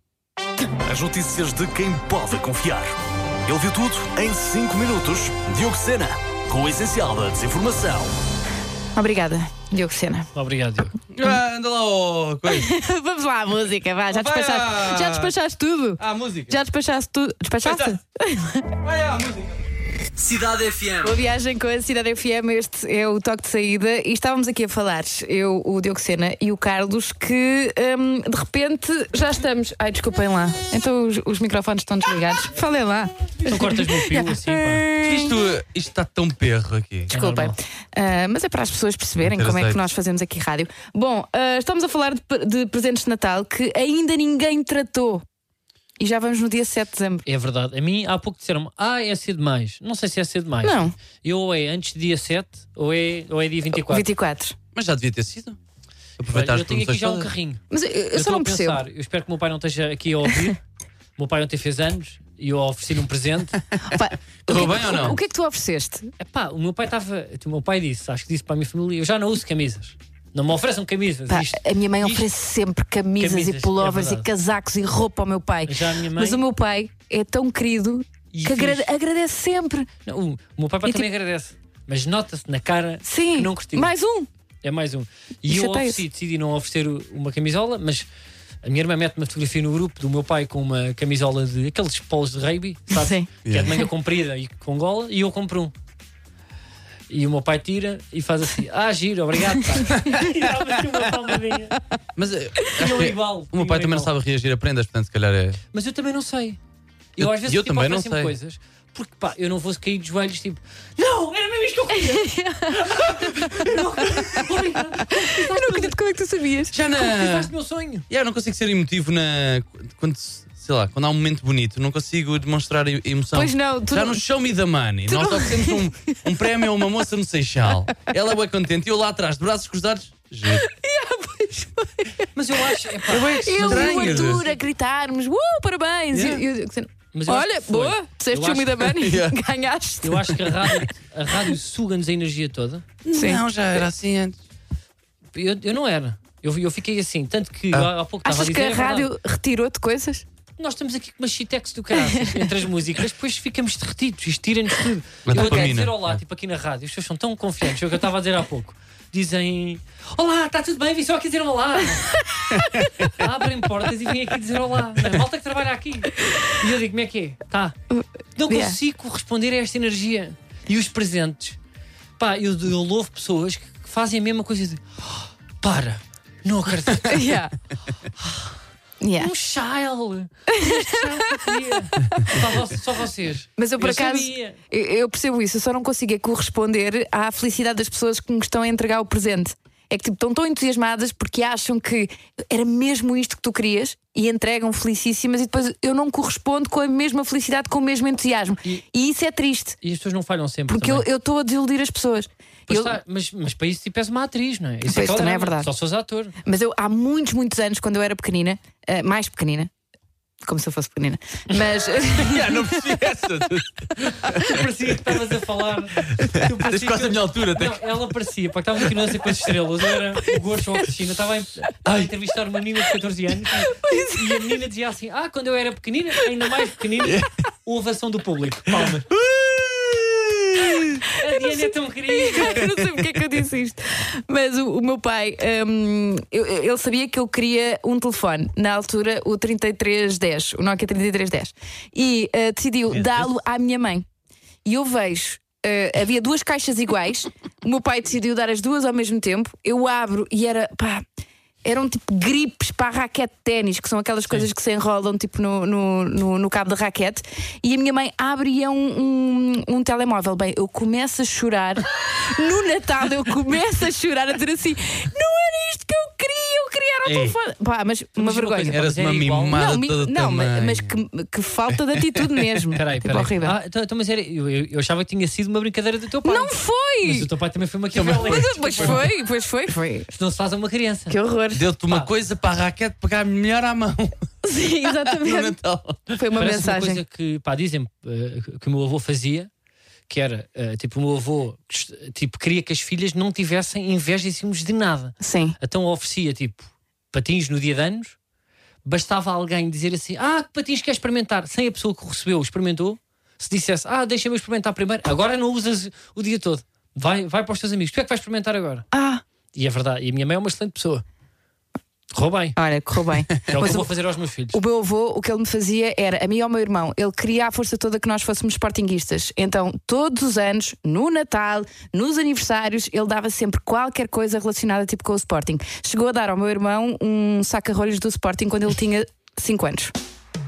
[SPEAKER 1] As notícias de quem pode confiar. Ele viu tudo em 5 minutos. Diogo Sena, com o essencial da desinformação.
[SPEAKER 4] Obrigada, Diogo Sena.
[SPEAKER 3] Obrigado, Diogo.
[SPEAKER 4] Hum.
[SPEAKER 5] Ah, anda lá, oh, coisa.
[SPEAKER 4] Vamos lá, à música, vá, já
[SPEAKER 5] Vai lá.
[SPEAKER 4] despachaste, já despachaste tudo.
[SPEAKER 5] Ah, música.
[SPEAKER 4] Já despachaste tudo. Despachaste?
[SPEAKER 5] Vai à música.
[SPEAKER 1] Cidade FM.
[SPEAKER 4] Boa viagem com a Cidade FM, este é o toque de saída e estávamos aqui a falar, eu, o Diogo Sena e o Carlos, que hum, de repente já estamos. Ai, desculpem lá. Então os, os microfones estão desligados. Falem lá.
[SPEAKER 3] Não cortas-me o fio assim, pá.
[SPEAKER 5] Isto, isto está tão perro aqui.
[SPEAKER 4] Desculpem.
[SPEAKER 3] normal.
[SPEAKER 4] Ah, mas é para as pessoas perceberem como é que
[SPEAKER 5] Interessante.
[SPEAKER 4] nós fazemos aqui rádio. Bom, ah, estamos a falar de, pre- de presentes de Natal que ainda ninguém tratou. E já vamos no dia 7 de dezembro.
[SPEAKER 3] É verdade. A mim, há pouco disseram-me, ah, é cedo demais. Não sei se é cedo demais.
[SPEAKER 4] Não. Ah,
[SPEAKER 3] Eu ou é antes de dia 7 ou é, ou é dia 24.
[SPEAKER 4] 24.
[SPEAKER 5] Mas já devia ter sido.
[SPEAKER 3] Olha,
[SPEAKER 5] Aproveitar
[SPEAKER 3] eu
[SPEAKER 5] as
[SPEAKER 3] tenho aqui
[SPEAKER 5] promoções
[SPEAKER 3] já um
[SPEAKER 5] todas.
[SPEAKER 3] carrinho.
[SPEAKER 4] Mas eu, eu só
[SPEAKER 3] estou
[SPEAKER 4] não
[SPEAKER 3] a
[SPEAKER 4] percebo.
[SPEAKER 3] pensar, eu espero que o meu pai não esteja aqui a ouvir. o meu pai ontem fez anos e eu ofereci-lhe um presente.
[SPEAKER 4] Pá, o que é
[SPEAKER 5] Correu
[SPEAKER 4] que-
[SPEAKER 5] bem ou não?
[SPEAKER 4] O que é que tu ofereceste?
[SPEAKER 3] Epá, o meu pai estava. O meu pai disse, acho que disse para a minha família: eu já não uso camisas. Não me ofereçam camisas.
[SPEAKER 4] Pá, é-
[SPEAKER 3] Isto-
[SPEAKER 4] a minha mãe
[SPEAKER 3] isto-
[SPEAKER 4] oferece sempre camisas,
[SPEAKER 3] Camisas,
[SPEAKER 4] e pullovers
[SPEAKER 3] é
[SPEAKER 4] e
[SPEAKER 3] verdade.
[SPEAKER 4] casacos e roupa ao meu pai.
[SPEAKER 3] Já a minha mãe-
[SPEAKER 4] Mas o meu pai é tão querido
[SPEAKER 3] E
[SPEAKER 4] que agrade-
[SPEAKER 3] fixe.
[SPEAKER 4] agradece sempre.
[SPEAKER 3] Não, o, o meu pai
[SPEAKER 4] E tipo-
[SPEAKER 3] também agradece. Mas nota-se na cara
[SPEAKER 4] Sim.
[SPEAKER 3] que não curtiu.
[SPEAKER 4] Mais um.
[SPEAKER 3] É mais um. E
[SPEAKER 4] Isso
[SPEAKER 3] eu
[SPEAKER 4] é para
[SPEAKER 3] ofereci, decidi não oferecer o- uma camisola, mas a minha irmã mete uma fotografia no grupo do meu pai com uma camisola de aqueles polos de rugby, sabe?
[SPEAKER 4] Sim.
[SPEAKER 3] Que é de manga comprida e com gola, e eu compro um. E o meu pai tira e faz assim: Ah, giro, obrigado, pai. e dá-me assim uma palmadinha.
[SPEAKER 5] Mas eh, acho
[SPEAKER 3] Eu
[SPEAKER 5] que
[SPEAKER 3] igual.
[SPEAKER 5] o meu pai
[SPEAKER 3] eu
[SPEAKER 5] também não
[SPEAKER 3] igual.
[SPEAKER 5] sabe reagir a prendas, portanto, se calhar é.
[SPEAKER 3] Mas eu também não sei. Eu,
[SPEAKER 5] Eu-
[SPEAKER 3] às vezes
[SPEAKER 5] eu
[SPEAKER 3] tipo,
[SPEAKER 5] também não
[SPEAKER 3] oferecem-me
[SPEAKER 5] sei.
[SPEAKER 3] coisas. Porque pá, eu não vou cair de joelhos tipo, não, era mesmo isto
[SPEAKER 4] É.
[SPEAKER 3] que eu queria. Eu não-
[SPEAKER 4] Eu não acredito como é que tu sabias.
[SPEAKER 5] Já não.
[SPEAKER 3] Fizeste o meu sonho.
[SPEAKER 5] Yeah, eu não consigo ser emotivo na. Quando, se- sei lá, quando há um momento bonito, não consigo demonstrar e- emoção.
[SPEAKER 4] Pois não, tu
[SPEAKER 5] Já
[SPEAKER 4] não-
[SPEAKER 5] no Show Me the Money, nós oferecemos um, um prémio a uma moça no Seixal. Ela é bem contente e eu lá atrás, de braços cruzados. Giro.
[SPEAKER 3] Mas eu acho. é epá,
[SPEAKER 4] Eu e o
[SPEAKER 5] É Estranho.
[SPEAKER 4] Arthur a gritarmos, uh, parabéns!
[SPEAKER 5] Yeah.
[SPEAKER 4] E eu- eu dizendo,
[SPEAKER 3] mas eu acho
[SPEAKER 4] Olha,
[SPEAKER 3] que foi.
[SPEAKER 4] boa,
[SPEAKER 3] Eu
[SPEAKER 4] fizeste
[SPEAKER 3] acho-
[SPEAKER 4] filme da Bunny,
[SPEAKER 5] Yeah.
[SPEAKER 4] ganhaste.
[SPEAKER 3] Eu acho que a rádio, a rádio suga-nos a energia toda.
[SPEAKER 4] Sim.
[SPEAKER 5] Não, já era assim antes.
[SPEAKER 3] Eu, eu não era. Eu, eu fiquei assim, tanto que há- há pouco estava a dizer.
[SPEAKER 4] Achas que a
[SPEAKER 3] é verdade.
[SPEAKER 4] rádio retirou-te coisas?
[SPEAKER 3] Nós estamos aqui com uma shitex do caralho entre as músicas, depois ficamos derretidos, isto tira-nos tudo.
[SPEAKER 5] Mas
[SPEAKER 3] eu
[SPEAKER 5] dá para
[SPEAKER 3] quero
[SPEAKER 5] mim,
[SPEAKER 3] dizer
[SPEAKER 5] né?
[SPEAKER 3] olá,
[SPEAKER 5] É.
[SPEAKER 3] tipo aqui na rádio, os pessoas são tão confiantes, é o que eu estava a dizer há pouco. Dizem Olá, está tudo bem? Vim só aqui dizer olá. Abrem portas e vêm aqui dizer olá. A malta que trabalha aqui. E eu digo, como é que é? Tá. Não
[SPEAKER 4] Yeah.
[SPEAKER 3] consigo responder a esta energia. E os presentes. Pá, eu, eu louvo pessoas que que fazem a mesma coisa de "Oh, para, não acredito.
[SPEAKER 4] Yeah. Yeah.
[SPEAKER 3] Um child! só, vo- só vocês.
[SPEAKER 4] Mas eu por acaso
[SPEAKER 3] sabia.
[SPEAKER 4] eu, eu percebo isso, eu só não consigo é corresponder à felicidade das pessoas que me estão a entregar o presente. É que tipo, estão tão entusiasmadas porque acham que era mesmo isto que tu querias e entregam felicíssimas e depois eu não correspondo com a mesma felicidade, com o mesmo entusiasmo. E,
[SPEAKER 3] E-
[SPEAKER 4] isso é triste,
[SPEAKER 3] E as pessoas não falham sempre.
[SPEAKER 4] porque eu
[SPEAKER 3] também.
[SPEAKER 4] eu estou a desiludir as pessoas.
[SPEAKER 3] Pois tá.
[SPEAKER 4] Eu-
[SPEAKER 3] está, mas, mas para isso tipo és uma atriz, não é? Isso
[SPEAKER 4] Pois,
[SPEAKER 3] que o
[SPEAKER 4] também
[SPEAKER 3] drama.
[SPEAKER 4] é verdade.
[SPEAKER 3] Só sou ator.
[SPEAKER 4] Mas eu, há muitos, muitos anos, quando eu era pequenina, eh, mais pequenina, como se eu fosse pequenina, mas.
[SPEAKER 5] Yeah, Ah, não percebi essa.
[SPEAKER 3] Tu parecia que estavas a falar. Tu
[SPEAKER 5] Tens
[SPEAKER 3] parecia
[SPEAKER 5] quase a
[SPEAKER 3] que...
[SPEAKER 5] minha altura, até
[SPEAKER 3] Não, ela parecia, pá, que estava aqui no Dança com as Estrelas, eu era o Gosto ou a Cristina, estava a, estava a entrevistar uma menina de 14 anos e a menina dizia assim: Ah, quando eu era pequenina, ainda mais pequenina, a ovação do público. Palmas.
[SPEAKER 5] que.
[SPEAKER 3] Mariana é tão querida.
[SPEAKER 4] Eu não sei porque é que eu disse isto. Mas o, o meu pai, hum, eu- eu- ele sabia que eu queria um telefone, na altura o 3310, o Nokia 3310, e eh, decidiu dá-lo à minha mãe. E eu vejo. eh, havia duas caixas iguais, o meu pai decidiu dar as duas ao mesmo tempo. Eu abro e era pá, eram tipo gripes para a raquete de ténis, que são aquelas coisas que se enrolam tipo no, no, no- no cabo da raquete. E a minha mãe abre e é um, um, um telemóvel. Bem, eu começo a chorar. no Natal eu começo a chorar, a dizer assim: não era isto que eu queria, eu queria era o
[SPEAKER 5] Ei.
[SPEAKER 4] telefone. Pá, mas uma
[SPEAKER 3] É. uma
[SPEAKER 4] vergonha.
[SPEAKER 3] coisa,
[SPEAKER 5] Eras
[SPEAKER 3] Mas era
[SPEAKER 5] uma
[SPEAKER 3] igual.
[SPEAKER 5] mimada
[SPEAKER 4] não, mi-
[SPEAKER 5] toda
[SPEAKER 4] não, ma-
[SPEAKER 5] também.
[SPEAKER 4] mas, que, que falta de atitude mesmo.
[SPEAKER 3] Peraí,
[SPEAKER 4] Tipo,
[SPEAKER 3] peraí.
[SPEAKER 4] horrível.
[SPEAKER 3] Ah, então, então, mas era, eu, eu- eu achava que tinha sido uma brincadeira do teu pai.
[SPEAKER 4] não
[SPEAKER 3] Mas o
[SPEAKER 4] foi!
[SPEAKER 3] teu pai também foi uma
[SPEAKER 4] Mas,
[SPEAKER 3] criança.
[SPEAKER 4] pois foi, pois foi, foi.
[SPEAKER 3] Não se faz a uma criança.
[SPEAKER 4] Que horror.
[SPEAKER 5] Deu-te uma
[SPEAKER 3] Pá.
[SPEAKER 5] coisa para a raquete pegar melhor à mão
[SPEAKER 4] Sim,
[SPEAKER 5] no
[SPEAKER 4] exatamente.
[SPEAKER 5] Natal.
[SPEAKER 4] Foi uma
[SPEAKER 3] Parece
[SPEAKER 4] mensagem.
[SPEAKER 3] uma coisa que, pá, dizem eh, que o meu avô fazia, que era, eh, tipo, o meu avô eh, tipo, queria que as filhas não tivessem inveja em cima de nada.
[SPEAKER 4] Sim.
[SPEAKER 3] Então oferecia, tipo, patins no dia de anos, bastava alguém dizer assim, ah, que patins quer experimentar? Sem a pessoa que o recebeu, experimentou, se dissesse, ah, deixa-me experimentar primeiro, agora não usas o dia todo. Vai, vai para os teus amigos, tu é que vais experimentar agora.
[SPEAKER 4] Ah,
[SPEAKER 3] E é verdade, e a minha mãe é uma excelente pessoa. Correu bem,
[SPEAKER 4] olha, correu bem.
[SPEAKER 3] é o que
[SPEAKER 4] Pois
[SPEAKER 3] eu vou
[SPEAKER 4] o-
[SPEAKER 3] fazer aos meus filhos.
[SPEAKER 4] O meu avô, o que ele me fazia era, a mim e ao meu irmão, ele queria à força toda que nós fôssemos sportinguistas. Então, todos os anos, no Natal, nos aniversários, ele dava sempre qualquer coisa relacionada tipo com o Sporting. Chegou a dar ao meu irmão um saca-rolhos do Sporting quando ele tinha 5 anos.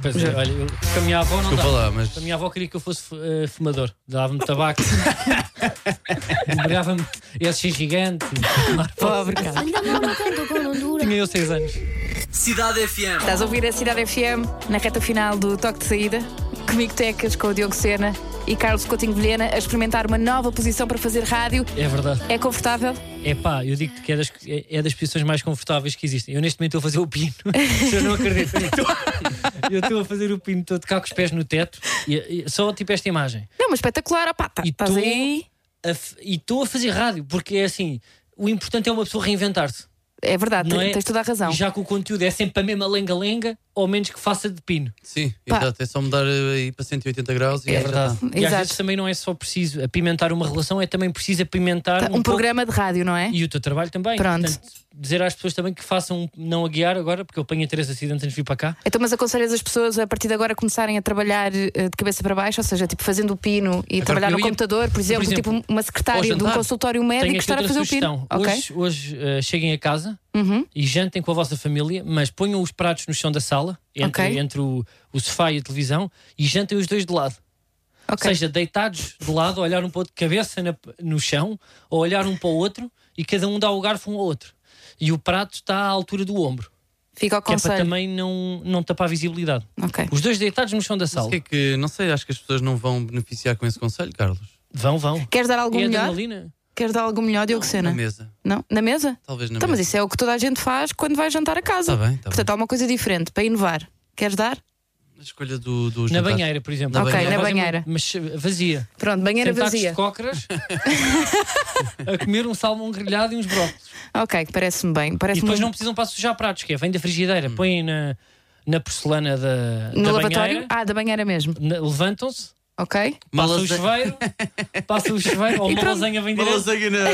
[SPEAKER 3] Pois é, olha, eu, porque a minha avó não
[SPEAKER 5] Desculpa
[SPEAKER 3] dá.
[SPEAKER 5] lá, mas.
[SPEAKER 3] A minha avó queria que eu fosse eh, fumador. Dava-me tabaco. Brigava-me esse gigante.
[SPEAKER 4] Pobre cara.
[SPEAKER 3] Tinha eu 6 anos.
[SPEAKER 1] Cidade FM.
[SPEAKER 4] Estás a ouvir a Cidade FM na reta final do Toque de Saída? Comigo Tecas, com o Diogo Sena e Carlos Coutinho de Vilhena a experimentar uma nova posição para fazer rádio.
[SPEAKER 3] É verdade.
[SPEAKER 4] É confortável?
[SPEAKER 3] É pá, eu digo que é das, é, é das posições mais confortáveis que existem. Eu neste momento estou a fazer o pino. Se eu não acredito. Eu estou- Eu estou a fazer o pino todo cá com os pés no teto. E, e só tipo esta imagem.
[SPEAKER 4] Não, mas espetacular, opá, tá,
[SPEAKER 3] E
[SPEAKER 4] estás
[SPEAKER 3] tu-
[SPEAKER 4] aí.
[SPEAKER 3] A f- e estou a fazer rádio, porque é assim. O importante é uma pessoa reinventar-se.
[SPEAKER 4] É verdade,
[SPEAKER 3] Não
[SPEAKER 4] te-
[SPEAKER 3] é?
[SPEAKER 4] tens toda a razão.
[SPEAKER 3] E Já que o conteúdo é sempre a mesma lenga-lenga, ao menos que faça de pino.
[SPEAKER 5] Sim,
[SPEAKER 4] Pá.
[SPEAKER 5] exato. É só mudar eh, aí para 180 graus e
[SPEAKER 4] É
[SPEAKER 5] já
[SPEAKER 4] verdade.
[SPEAKER 5] está.
[SPEAKER 3] E às
[SPEAKER 4] Exato.
[SPEAKER 3] vezes também não é só preciso apimentar uma relação, é também preciso apimentar
[SPEAKER 4] Tá,
[SPEAKER 3] um,
[SPEAKER 4] Um
[SPEAKER 3] pouco-
[SPEAKER 4] programa de rádio, não é?
[SPEAKER 3] E o teu trabalho também.
[SPEAKER 4] Pronto.
[SPEAKER 3] Portanto, dizer às pessoas também que façam um não a guiar agora, porque eu apanhei três acidentes antes de vir para cá.
[SPEAKER 4] Então, mas aconselhas as pessoas a partir de agora começarem a trabalhar eh, de cabeça para baixo, ou seja, tipo fazendo o pino e
[SPEAKER 5] Agora,
[SPEAKER 4] trabalhar
[SPEAKER 5] eu
[SPEAKER 4] no
[SPEAKER 5] ia-
[SPEAKER 4] computador, por exemplo,
[SPEAKER 3] exemplo,
[SPEAKER 4] tipo uma secretária
[SPEAKER 5] ao
[SPEAKER 4] de um
[SPEAKER 5] jantar,
[SPEAKER 4] consultório
[SPEAKER 3] Tenho
[SPEAKER 4] médico
[SPEAKER 3] aqui
[SPEAKER 4] estar a
[SPEAKER 3] outra
[SPEAKER 4] fazer
[SPEAKER 3] sugestão.
[SPEAKER 4] o pino. Ok?
[SPEAKER 3] Hoje, hoje, eh, cheguem a casa
[SPEAKER 4] Uhum.
[SPEAKER 3] e jantem com a vossa família, mas ponham os pratos no chão da sala, entre,
[SPEAKER 4] Ok.
[SPEAKER 3] entre o, o sofá e a televisão, e jantem os dois de lado.
[SPEAKER 4] ok.
[SPEAKER 3] Ou seja, deitados de lado, olhar um para o outro, cabeça na- no chão, ou olhar um para o outro, e cada um dá o garfo um ao outro. E o prato está à altura do ombro,
[SPEAKER 4] Fica ao
[SPEAKER 3] que é para
[SPEAKER 4] conselho.
[SPEAKER 3] também não, não tapar a visibilidade.
[SPEAKER 4] Ok.
[SPEAKER 3] Os dois deitados no chão da
[SPEAKER 5] Mas o
[SPEAKER 3] sala.
[SPEAKER 5] que é que. Não sei, acho que as pessoas não vão beneficiar com esse conselho, Carlos.
[SPEAKER 3] Vão, vão.
[SPEAKER 4] Queres dar algo
[SPEAKER 3] é
[SPEAKER 4] melhor?
[SPEAKER 3] adrenalina?
[SPEAKER 4] Queres dar algo melhor, Diogo
[SPEAKER 5] Na
[SPEAKER 4] Sena?
[SPEAKER 5] mesa.
[SPEAKER 4] Não? Na mesa?
[SPEAKER 5] Talvez na
[SPEAKER 4] Então, mas
[SPEAKER 5] mesa.
[SPEAKER 4] isso é o que toda a gente faz quando vai jantar a casa.
[SPEAKER 3] Tá
[SPEAKER 5] Está bem, tá está bem.
[SPEAKER 4] Portanto, há uma coisa diferente para inovar. Queres dar?
[SPEAKER 5] A escolha do, do
[SPEAKER 3] Na
[SPEAKER 5] jantar.
[SPEAKER 3] banheira, por exemplo.
[SPEAKER 5] Na Ok, banheira.
[SPEAKER 4] na
[SPEAKER 3] Fazem uma-
[SPEAKER 4] banheira.
[SPEAKER 3] Mas eh, vazia.
[SPEAKER 4] Pronto, banheira
[SPEAKER 3] Sentados
[SPEAKER 4] vazia.
[SPEAKER 3] de cócoras a comer um salmão grelhado e uns brócolos.
[SPEAKER 4] Ok, parece-me bem.
[SPEAKER 3] E
[SPEAKER 4] Parece
[SPEAKER 3] depois não precisam para sujar pratos, que é, vem da frigideira,
[SPEAKER 5] Hum.
[SPEAKER 3] põem na, na porcelana da,
[SPEAKER 4] No
[SPEAKER 3] da
[SPEAKER 4] lavatório?
[SPEAKER 3] banheira,
[SPEAKER 4] Ah, da banheira mesmo.
[SPEAKER 3] na- levantam-se,
[SPEAKER 4] Ok.
[SPEAKER 5] Uma
[SPEAKER 3] passam o
[SPEAKER 5] lasanha-
[SPEAKER 3] chuveiro, passam o chuveiro, ou uma
[SPEAKER 4] pronto.
[SPEAKER 3] lasanha vem
[SPEAKER 5] Uma
[SPEAKER 3] direto,
[SPEAKER 5] lasanha na.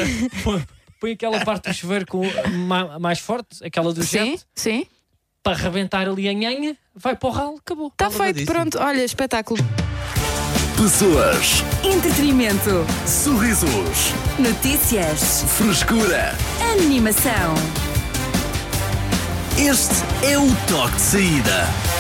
[SPEAKER 3] põe, põe aquela parte do chuveiro com, ma- mais forte, aquela do
[SPEAKER 4] Sim,
[SPEAKER 3] jet,
[SPEAKER 4] sim.
[SPEAKER 3] para arrebentar ali a nhanha, vai para o ralo, acabou.
[SPEAKER 4] Está
[SPEAKER 5] Estava
[SPEAKER 4] Tá feito,
[SPEAKER 5] badíssimo.
[SPEAKER 4] pronto. Olha, espetáculo.
[SPEAKER 1] Pessoas,
[SPEAKER 2] Entretenimento.
[SPEAKER 1] sorrisos,
[SPEAKER 2] Notícias.
[SPEAKER 1] frescura.
[SPEAKER 2] Animação.
[SPEAKER 1] Este é o toque de saída.